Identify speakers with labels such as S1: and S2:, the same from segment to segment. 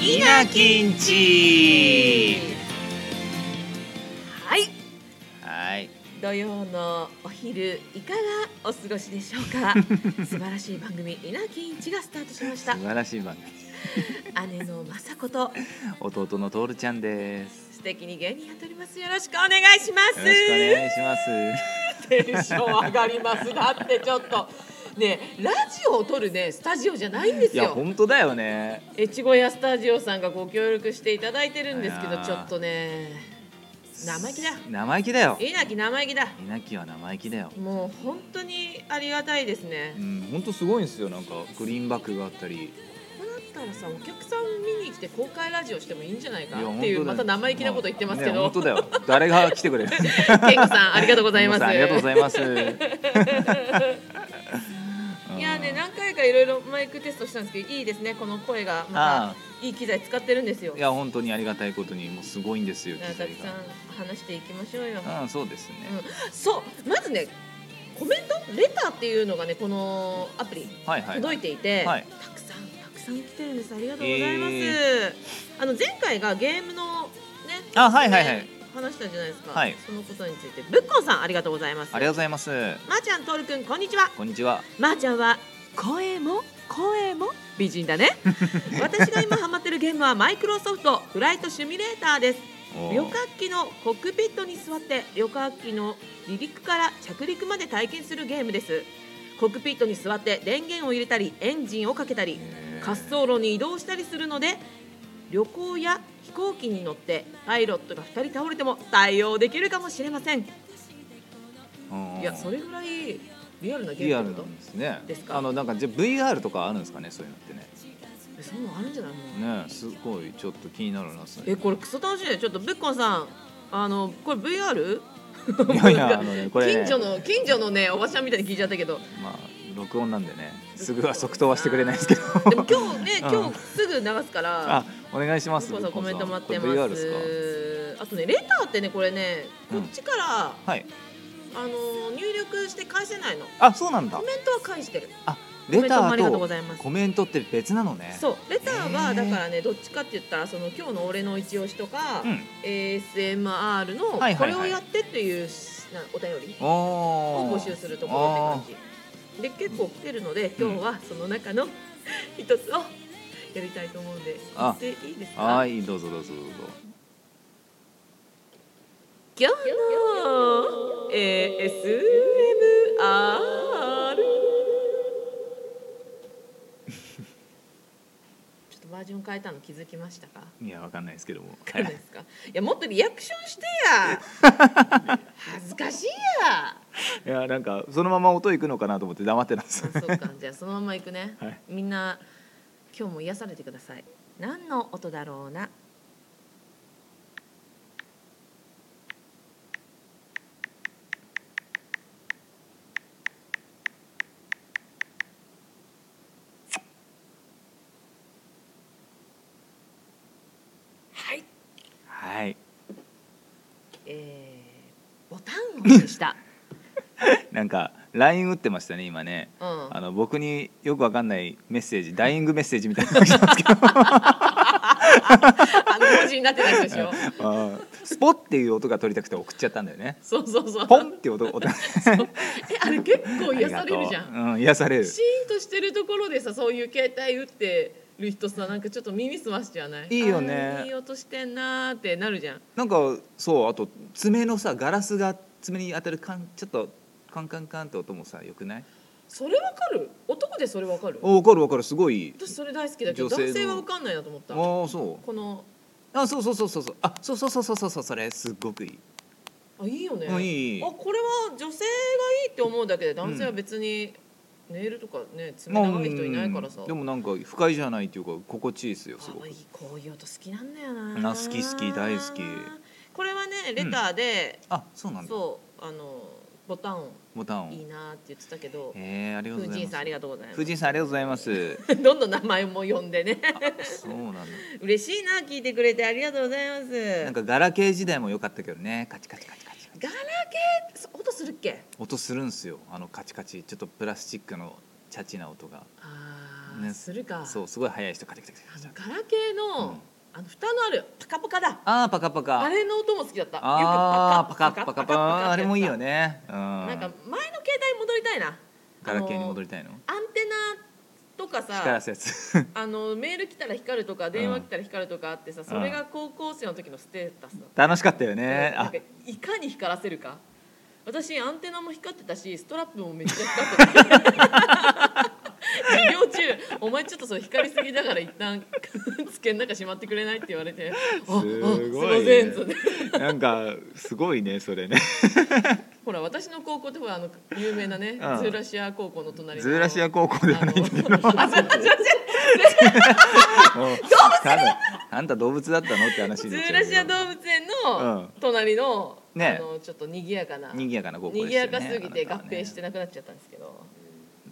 S1: きなきんち
S2: はい
S1: はい
S2: 土曜のお昼いかがお過ごしでしょう か素晴らしい番組「稲きんち」がスタートしました
S1: 素晴らしい番組
S2: 姉の雅子と
S1: 弟のトールちゃんです
S2: 素敵に芸人やっておりますよろしくお願いします
S1: よろしくお願いします
S2: テンション上がりますだってちょっとねえラジオを撮るねスタジオじゃないんです
S1: いや
S2: よ
S1: 本当だよね
S2: 越後屋スタジオさんがご協力していただいてるんですけ
S1: い
S2: ど
S1: やー
S2: ちょっとね生意気だ
S1: 生意気だよ
S2: 稲き生意気だ
S1: 稲きは生意気だよ
S2: もう本当にありがたいですね
S1: うん本当すごいんですよなんかグリーンバックがあったり
S2: ここだったらさお客さん見に来て公開ラジオしてもいいんじゃないか
S1: いや
S2: っていう
S1: 本当だ
S2: ま
S1: よ
S2: た生意気なこと言ってますけ
S1: ね
S2: ど、
S1: 本当だよ誰が来てくれる
S2: ケイコさんありがとうございま
S1: 皆
S2: す
S1: さんありがとうございます
S2: いやね何回かいろいろマイクテストしたんですけどいいですねこの声が
S1: あ
S2: またいい機材使ってるんですよ
S1: いや本当にありがたいことにもうすごいんですよ機
S2: なんかた
S1: 材
S2: くさん話していきましょうよ
S1: がうんそうですね、
S2: そうまずねコメントレターっていうのがねこのアプリ
S1: はいはい
S2: 届いていて、
S1: はい
S2: たくさんたくさん来てるんですありがとうございます、
S1: え
S2: あの前回がゲームのね
S1: あはいはいはい
S2: 話したじゃないですか、
S1: はい
S2: そのことについてぶっこんさんありがとうございます
S1: ありがとうございます
S2: まー、ちゃんとおるくんこんにちは
S1: こんにちは
S2: まー、ちゃんは声も声も美人だね 私が今ハマってるゲームはマイクロソフトフライトシミュレーターです
S1: おー
S2: 旅客機のコックピットに座って旅客機の離陸から着陸まで体験するゲームですコックピットに座って電源を入れたりエンジンをかけたり
S1: へー
S2: 滑走路に移動したりするので旅行や飛行機に乗ってパイロットが2人倒れても対応できるかもしれません
S1: うん
S2: いやそれぐらいリアルなゲ
S1: リア
S2: ームっ
S1: ル
S2: て
S1: な
S2: こ
S1: んですね
S2: ですか
S1: あのなんかじゃあ VR とかあるんですかねそういうのってね
S2: とえそんなのあるんじゃないの
S1: ねすごいちょっと気になるなそれ
S2: えこれクソ楽しいねちょっとぶっこんさんあのこれ
S1: い
S2: VR?
S1: やいや あのねこれね
S2: 近所の近所のねおばちゃんみたいに聞いちゃったけど
S1: まあ録音なんでねすぐは即答はしてくれないですけど
S2: でも今日ね
S1: うん
S2: 今日すぐ流すから
S1: あお願いします
S2: ぶっこんさんコメント待って
S1: これ VR
S2: ま
S1: ですか
S2: すあとねレターってねこれねこっちから、
S1: はい
S2: あの入力して返せないの
S1: あそうなんだ
S2: コメントは返してる
S1: あ
S2: コ
S1: レ
S2: メン
S1: タ
S2: トもありがとうご
S1: ーと
S2: ざいます
S1: コメントって別なのねう
S2: そうレターは
S1: へー
S2: だからねどっちかって言ったらその今日の俺の一押しとか、
S1: ん
S2: ASMR の
S1: はいはいはい
S2: これをやってっていうなお便り
S1: お
S2: を
S1: ー
S2: 募集するところって感じで結構来てるので今日はその中の一つをやりたいと思うんで
S1: あ
S2: 言っていいです
S1: あーは
S2: か
S1: いどうぞどうぞどうぞ
S2: 今日の ASMR ちょっとバージョン変えたの気づきましたか
S1: いやわかんないですけども
S2: どうですか。いや、もっとリアクションしてや。恥ずかしい
S1: い
S2: や。
S1: やなんかそのまま音いくのかなと思って黙ってたんです
S2: あそうか、じゃあ、そのまま行くね。
S1: はい
S2: みんな、今日も癒されてください。何の音だろうな。はい、
S1: はい
S2: えー、ボタン音でした。
S1: なんか LINE 打ってましたね今ね
S2: うん、
S1: あの僕によくわかんないメッセージダイイングメッセージみたいなのが来たんですけど
S2: あの文字になってないでしょ。
S1: あースポッっていう音が取りたくて送っちゃったんだよね
S2: そうそうそう。
S1: ポンっていう音音
S2: えあれ結構癒されるじゃ
S1: ありがとう
S2: ん。
S1: うん癒される
S2: シーンとしてるところでさそういう携帯打ってる人さなんかちょっと耳すましじゃない
S1: いいよね
S2: あーいい音してんなーってなるじゃん。
S1: なんかそうあと爪のさガラスが爪に当たるかんちょっとカンカンカンって音もさよくない
S2: それわかる男でそれわかる
S1: おわかるわかるすごい
S2: 私それ大好きだけど
S1: 女
S2: 男
S1: 性
S2: 性
S1: の
S2: はわかんないなと思っ
S1: あ
S2: た。こ
S1: ーそう
S2: の
S1: あそうそうそうそうそうあそうそうそうそうそうそうそれすっごくいい
S2: あいいよね。
S1: うんいいいい
S2: あこれは女性がいいって思うだけで男性は別にネイルとかね爪長い人いないからさ。
S1: うんでもなんか不快じゃないっていうか心地いいですよすご
S2: あ
S1: く
S2: いいこういう音好きなんだよな
S1: な好き好き大好き
S2: これはねレターで、
S1: あそうなんだ
S2: そうあのボタン
S1: ボタンを
S2: いいなって言ってたけど
S1: えー、ありがとうござ
S2: 風
S1: い
S2: 神
S1: ます
S2: さんありがとうございま
S1: 藤井さんありがとうございます
S2: す どんどん名前も呼んでね
S1: そうなんだ
S2: 嬉しいな聞いてくれてありがとうございます
S1: なんかガラケー時代も良かったけどねカチカチカチカチ
S2: ガラケーそ音するっけ
S1: 音するんすよあのカチカチちょっとプラスチックのチャチな音が
S2: あー
S1: ね
S2: するか
S1: そうすごい速い人カチャカチャカ
S2: あ
S1: チャ
S2: の
S1: カチャ
S2: ガラケーの、
S1: うん
S2: あの蓋のあるパカパカだ
S1: あーパカパカ
S2: あれの音も好きだったよく
S1: あーパカパカパカ
S2: ってやつ
S1: あれもいいよ
S2: ね
S1: ねうん
S2: なんか前の携帯に戻りたいな
S1: ガラケーに戻りたいの
S2: あのアンテナとか
S1: 光ら
S2: さ
S1: すや つ
S2: あのメール来たら光るとか電
S1: う
S2: 話
S1: ん
S2: 来たら光るとかあってさ、それが高校生の時のステータスだっ
S1: 楽しかったよ
S2: た、
S1: ね
S2: な
S1: あ
S2: んかいかに光らせるか私アンテナも光ってたしストラップもめっちゃ光ってた 授業中お前ちょっとそれ光りすぎだから一旦 机の中しまってくれないって言われてあ
S1: す
S2: あ
S1: ごいね
S2: すいませんっつって
S1: なんかすごいねそれね
S2: ほら私の高校ってほらあの有名なね、
S1: うん
S2: ズーラシア高校の隣の
S1: ズーラシア高校ではないんだけど
S2: あの
S1: 動物あんた動物だったのって話に
S2: ズ
S1: なっ
S2: ー
S1: ちゃう
S2: ラ
S1: けど
S2: シア動物園
S1: う
S2: の
S1: ん
S2: 隣の,、
S1: ね
S2: あのちょっと賑やかな
S1: 賑やかな高校ですよね
S2: 賑やかすぎて
S1: あな
S2: 合
S1: たはね
S2: 併してなくなっちゃったんですけど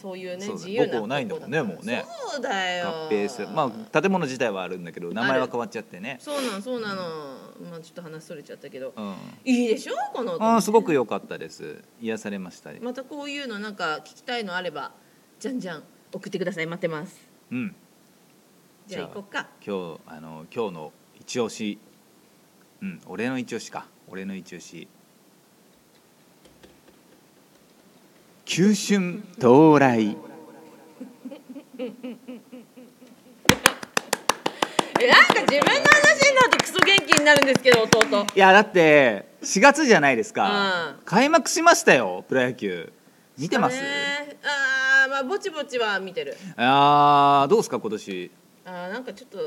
S2: そういうね
S1: そうだ
S2: 自由な
S1: 母校ないんだもんね
S2: 高校った
S1: もうね
S2: そうだよ
S1: 合併するまあ建物自体はあるんだけど名前は変わっちゃってね
S2: そうなんそうなの、まあちょっと話それちゃったけど、
S1: うん
S2: いいでしょこの音
S1: あーすごく良かったです癒されました
S2: またこういうのなんか聞きたいのあればじゃんじゃん送ってください待ってます
S1: うん
S2: じゃあ行こっか
S1: 今日あの今日の一押しうん俺の一押しか俺の一押し急春到来
S2: えなんか自分の話になるとクソ元気になるんですけど弟
S1: いやだって4月じゃないですか、
S2: うん
S1: 開幕しましたよプロ野球見てます、
S2: ねえああまあぼちぼちは見てる
S1: あーどうですか今年
S2: あーなんかちょっと、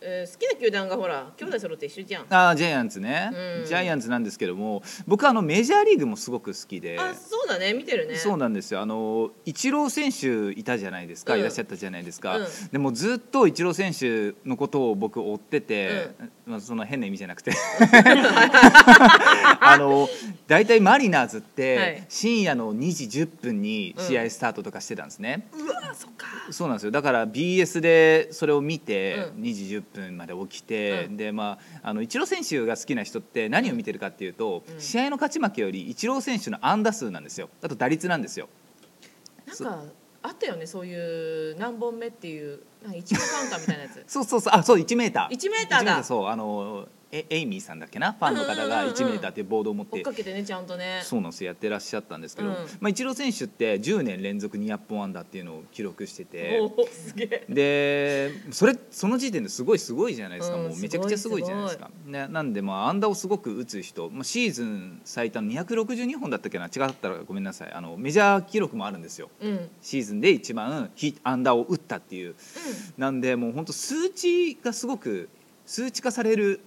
S2: えー好きな球団がほら兄弟揃って一緒じゃん、
S1: あージャイアンツね、
S2: うん
S1: ジャイアンツなんですけども僕あのメジャーリーグもすごく好きで
S2: あそうだね見てるね
S1: そうなんですよあのイチロー選手いたじゃないですか、
S2: うん
S1: いらっしゃったじゃないですか、
S2: うん
S1: でもずっとイチロー選手のことを僕追ってて、まあ、その変な意味じゃなくて あの大体マリナーズっ
S2: は
S1: て
S2: い
S1: 深夜の2時10分に試合スタートとかしてたんですね、
S2: うわそっか
S1: そうなんですよだから BS でそれを見て
S2: う
S1: 2時10分まで起きて、
S2: うん
S1: でまああのイチロー選手が好きな人って何を見てるかっていうと、
S2: うん
S1: 試合の勝ち負けよりイチロー選手の安打数なんですよあと打率なんですよ。
S2: なん
S1: そ
S2: かあったよねそういう何本目っていうなんか一応カウンターみたいなやつ
S1: そうそうそうあそう1メーター
S2: 1メーターだ
S1: そうあのえエイミーさんだっけなファンの方が1メーターっていうボードを持っ
S2: 追ってかけてねちゃんとね
S1: そうなんですよやってらっしゃったんですけど、
S2: うん
S1: まあイチロー選手って10年連続200本安打っていうのを記録してて
S2: おおすげえ
S1: でそれその時点ですごいすごいじゃないですか、
S2: うん
S1: もうめちゃくちゃすごいじゃないですかね、なんでまあ安打をすごく打つ人、まあ、シーズン最多の262本だったっけな違ったらごめんなさいあのメジャー記録もあるんですよ
S2: うんうん
S1: シーズンで一番ヒ安打を打ったっていうなんでもう本当数値がすごく数値化される、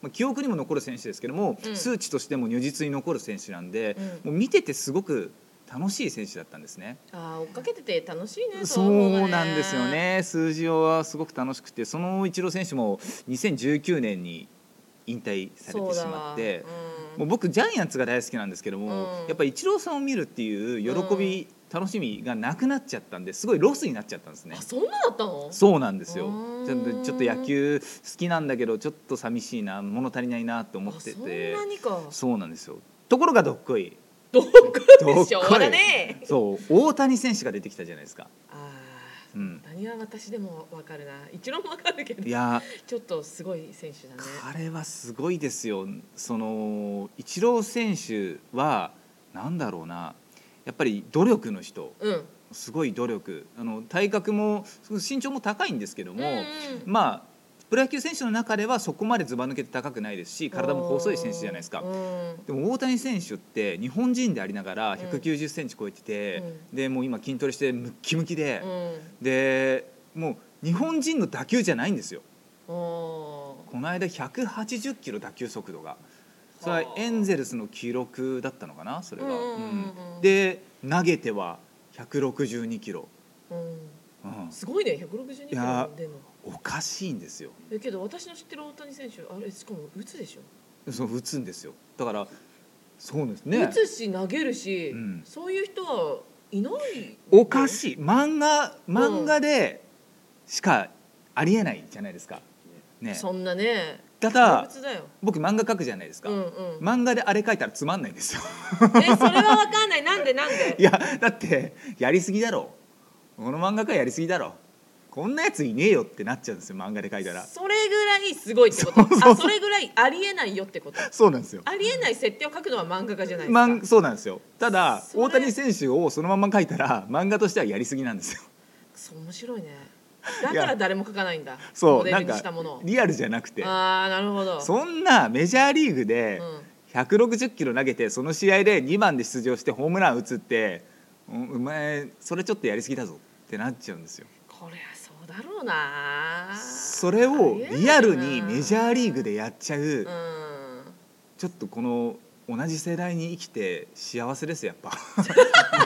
S1: まあ、記憶にも残る選手ですけども、
S2: うん
S1: 数値としても如実に残る選手なんで、
S2: う
S1: もう見ててすごく楽しい選手だったんですね。
S2: あー追っかけてて楽しいね
S1: そ
S2: の方が
S1: うなんですよね数字はすごく楽しくてそのイチロー選手も2019年に引退され
S2: そ
S1: て
S2: うだ
S1: しまって、
S2: わう
S1: もうん僕ジャイアンツが大好きなんですけども、
S2: うん
S1: やっぱりイチローさんを見るっていう喜び、楽しみがなくなっちゃったんですごいロスになっちゃったんですね
S2: あ。そんなだったの
S1: そうなんですよ
S2: うーん
S1: ちょっとちょっと野球好きなんだけどちょっと寂しいな物足りないなと思
S2: あ
S1: って
S2: そ
S1: て
S2: んなにか
S1: そうなんですよところがどっこい
S2: どっこ
S1: ど
S2: い
S1: っ
S2: しょ
S1: こ
S2: う
S1: い
S2: だね
S1: そう大谷選手が出てきたじゃないですか、
S2: あ
S1: う
S2: あ
S1: ん、
S2: 何は私でもわかるな一郎もわかるけど
S1: いや
S2: ちょっとすごい選手だね
S1: 彼はすごいですよそのイチロー選手はなんだろうなやっぱり努力の人
S2: うん
S1: すごい努力あの体格も身長も高いんですけども、
S2: うんうん
S1: まあプロ野球選手の中ではそこまでずば抜けて高くないですし体も細い選手じゃないですか
S2: うんうん
S1: でも大谷選手って日本人でありながら
S2: ん
S1: 1 9 0センチ超えてて、でもう今筋トレしてムッキムキで、でもう日本人の打球じゃないんですよ
S2: おー
S1: この間180キロ打球速度がそれはエンゼルスの記録だったのかなそれが、
S2: うんうんうんうん
S1: うんで投げては162キロ、
S2: うん
S1: うん、
S2: すごいね162キ
S1: いや
S2: ロ出んの
S1: おかしいんですよ
S2: えけど私の知ってる大谷選手あれしかも打つでしょ
S1: その打つんですよだからそうなんですね
S2: 打つし投げるし
S1: うん
S2: そういう人はいない
S1: おかしい漫画漫画でしかありえないじゃないですか、ね、
S2: そんなね
S1: ただ
S2: 動物だよ
S1: 僕漫画描くじゃないですか、
S2: うんうん
S1: 漫画であれ描いたらつまんないんですよ
S2: えそれはわかんないなんでなんで
S1: いやだってやりすぎだろこの漫画家やりすぎだろこんなやついねえよってなっちゃうんですよ漫画で書いたら
S2: それぐらいすごいってこ
S1: そ
S2: と
S1: うそうそう
S2: あそれぐらいありえないよってこと
S1: そうなんですよ
S2: ありえない設定を書くのは漫画家じゃないですか、
S1: 漫そうなんですよただ
S2: それ
S1: 大谷選手をそのまま書いたら漫画としてはやりすぎなんですよ
S2: そう面白いねだから誰も書かないんだ
S1: そ
S2: モ
S1: う
S2: デ
S1: な
S2: ル
S1: ん
S2: に
S1: か
S2: したものを
S1: リアルじゃなくて
S2: ああなるほど
S1: そんなメジャーリーグで
S2: うん
S1: 160キロ投げてその試合で2番で出場してホームラン打つってうんお前それちょっとやりすぎだぞってなっちゃうんですよ
S2: これはそうだろうな
S1: それをリアルにメジャーリーグでやっちゃう
S2: うん
S1: ちょっとこの同じ世代に生きて幸せですやっ ぱ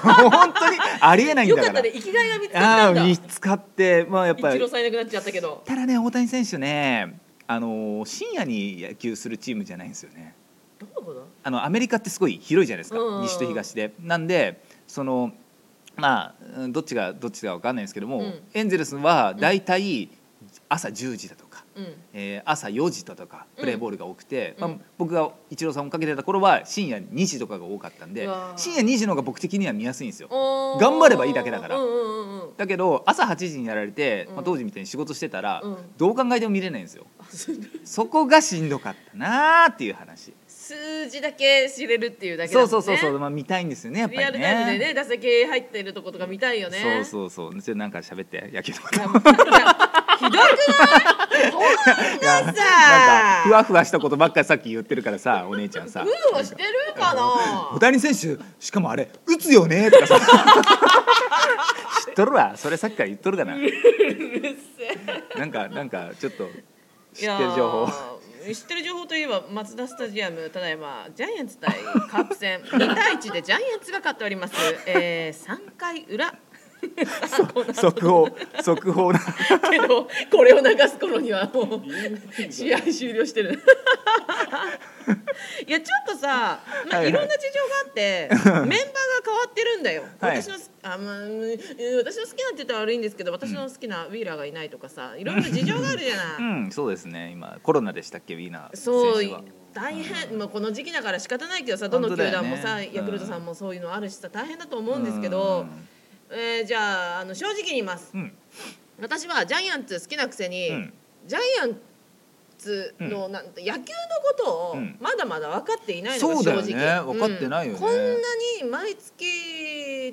S1: 本当にありえないん
S2: よ
S1: だ
S2: か
S1: か
S2: った
S1: ら
S2: ね生きがいが見つかった
S1: あ
S2: ん
S1: あ
S2: だ
S1: 見
S2: 一
S1: つかってまあやっぱ
S2: 郎
S1: り
S2: さんいなくなっちゃったけど
S1: ただね大谷選手ねあの深夜に野球するチームじゃないんですよね
S2: どういうこと
S1: あのアメリカってすごい広いじゃないですか、
S2: うんうんうん
S1: 西と東でなんでそのまあうんどっちがどっちだかわかんないですけども、
S2: うん
S1: エンゼルスはだいたい朝10時だとか、
S2: うん
S1: えー朝4時だとかプレーボールが多くて、
S2: うん
S1: まあ、僕がイチローさんを追っかけてた頃は深夜2時とかが多かったんで
S2: うわー
S1: 深夜2時の方が僕的には見やすいんですよ。
S2: おー
S1: 頑張ればいいだけだから
S2: うんうんうんうん
S1: だけど朝8時にやられて、ま
S2: う
S1: あ、
S2: ん
S1: 当時みたいに仕事してたら、
S2: うん
S1: どう考えても見れないんですよ。
S2: あそう
S1: そこがしんどかったなーっていう話。
S2: 数字だけ知れるっていうだけ
S1: そうん
S2: だもね
S1: そうそうそう、まあ、見たいんですよねやっぱ
S2: リア
S1: り
S2: ル
S1: ね。
S2: タイムでね打席入ってるとことか見たいよね
S1: そうそうそう、それなんか喋って、野球とか。
S2: いやもうなんかひどくないこんな
S1: なん
S2: さ
S1: かふわふわしたことばっかりさっき言ってるからさ、お姉ちゃんさ。
S2: うーをしてるか
S1: 小
S2: な
S1: 谷選手、しかもあれ、打つよねとかさ。知っとるわ、それさっきから言っとるかな。
S2: うるせえ
S1: なんか、なんか、ちょっと。
S2: い
S1: 知っ
S2: や
S1: てる情 報。
S2: ー知ってる情報といえばマツダスタジアムただいまジャイアンツ対カープ戦2対1でジャイアンツが勝っております、えー、3回裏
S1: 速報、速報な。
S2: けどこれを流す頃にはもう試合終了してるいやちょっとさ、まあ、
S1: はいはい
S2: いろんな事情があってメンバーが変わってるんだよ、
S1: はい
S2: 私のすあ、まあ、うんうん私の好きなって言ったら悪いんですけど私の好きなウィーラーがいないとかさいろいろ事情があるじゃない。
S1: うん、そうですね、今コロナでしたっけ、ウィーナー。
S2: そう
S1: 選手は
S2: 大変、まあ、この時期だから仕方ないけどさどの球団も
S1: 本当
S2: さ、
S1: だよね
S2: ヤクルトさんもそういうのあるしさ大変だと思うんですけど、えーじゃああの正直に言います
S1: うん。うん。
S2: 私はジャイアンツ好きなくせに、
S1: うん
S2: ジャイアンツのなんて野球のことを
S1: うん
S2: まだまだ分かっていないのが
S1: そう
S2: 正
S1: だ
S2: 直
S1: よね分かってないよね
S2: うんこんなに毎月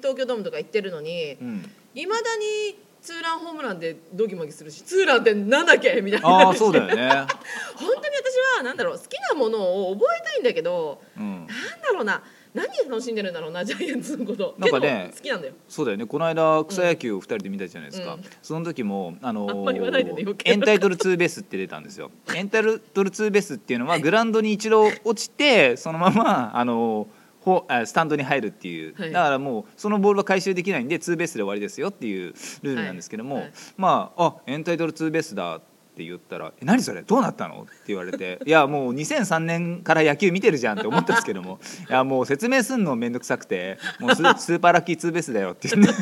S2: 東京ドームとか行ってるのに
S1: うん。
S2: いま、未だにツーランホームランでドギマギするしツーランってなんだっけみたいな
S1: ああ、そうだよね。
S2: 本当に私はなんだろう好きなものを覚えたいんだけど
S1: うん。
S2: なんだろうな何を楽しんでるんだろうなジャイアンツのこと
S1: なんかね
S2: けど好きなんだよ
S1: そうだよねこの間草野球を2人で見たじゃないですか、
S2: うん
S1: その時も、あのー
S2: あんまり言わないでね余計な
S1: エンタイトルツーベースって出たんです よエンタイトルツーベースっていうのはグラウンドに一度落ちてそのまま、あのーほあスタンドに入るっていう、
S2: はい
S1: だからもうそのボールは回収できないんでツーベースで終わりですよっていうルールなんですけども、
S2: はいはい
S1: まあ「あエンタイトルツーベースだ」って言ったら「え何それどうなったの?」って言われて 「いやもう2003年から野球見てるじゃん」って思ったんですけど も「いやもう説明すんの面倒くさくてもうスス ーパーラッキーツーベースだよ」って言って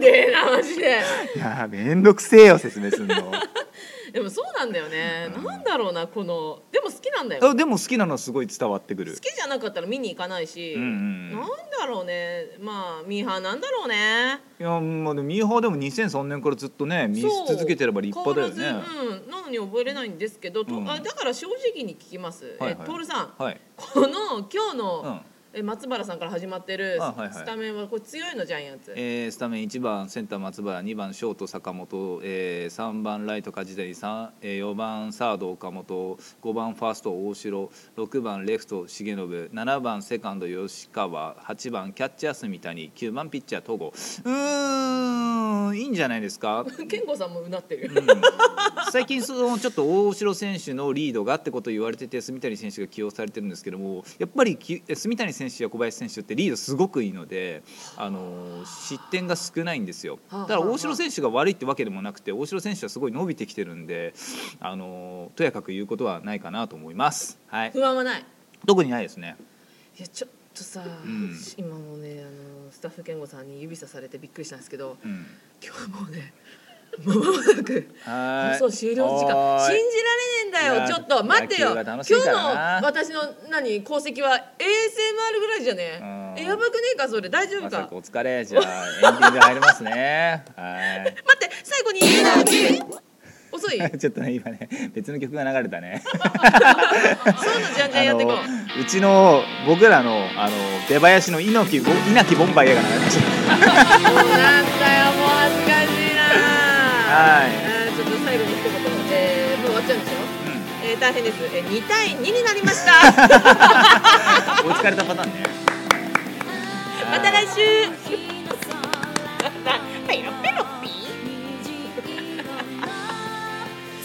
S2: でなマジで
S1: いやーめんどくせえよ説明するの
S2: でもそうなんだよね、
S1: うん
S2: なんだろうなこのでも好きなんだよ
S1: あでも好きなのはすごい伝わってく
S2: 好
S1: る
S2: きじゃなかったら見に行かないし、
S1: うんうん
S2: なんだろうねまあミーハーなんだろうね
S1: いやまあでもミーハーでも2003年からずっとね見
S2: そう
S1: 続けてれば立派だよ
S2: 変わ
S1: ね
S2: らずうん、なのに覚えれないんですけど、と
S1: うん
S2: あだから正直に聞きます、
S1: はいはい
S2: えトールさん
S1: はい、
S2: この今日の、
S1: うん
S2: え松原さんから始まってる
S1: あはいはい
S2: スタメンはこれ強いのジャイアンツ、
S1: えースタメン1番センター松原2番ショート坂本、え3番ライト梶谷さん、え4番サード岡本5番ファースト大城6番レフト重信7番セカンド吉川8番キャッチャー住谷9番ピッチャー戸郷うーんいいんじゃないですか
S2: 健吾さんもうなってる、
S1: うん最近そのちょっと大城選手のリードがってことを言われてて住谷選手が起用されてるんですけどもやっぱりき住谷選手や小林選手ってリードすごくいいのであの失点が少ないんですよ
S2: はあ
S1: だから
S2: はあ
S1: 大城選手が悪いってわけでもなくて大城選手はすごい伸びてきてるんであのとやかく言うことはないかなと思います、はい、
S2: 不安はない
S1: 特にないですね
S2: いやちょっとさ、
S1: ん
S2: 今もねあのスタッフ健吾さんに指さされてびっくりしたんですけど
S1: うん
S2: 今日もうねまもなく
S1: は
S2: 放
S1: ーい
S2: 送終了時間
S1: はー
S2: 信
S1: い
S2: じられねえ
S1: いや
S2: んだよちょっと待ってよ
S1: 野球が
S2: 今
S1: 楽し
S2: 日
S1: い
S2: の
S1: からな
S2: 私の何功績は ASMR ぐらいじゃね
S1: うん
S2: えやばくねえかそれ大丈夫
S1: ま
S2: か
S1: さ
S2: 待
S1: かお疲れじゃあエンディング入りますねは
S2: って最後に言えない遅いそういう
S1: い ちょっとね今ね別の曲が流れたね
S2: のじゃんじゃんやってこう
S1: あのうちの僕らのあの出囃子の猪木ぼ稲木ボンバイエが流れました
S2: なんだよもう恥ずかしいな
S1: はい
S2: あーちょっと最後に一言えーもう終わっちゃうんでしょえー大変ですえー2対2になりました
S1: うん、お疲れたパターンね
S2: また来週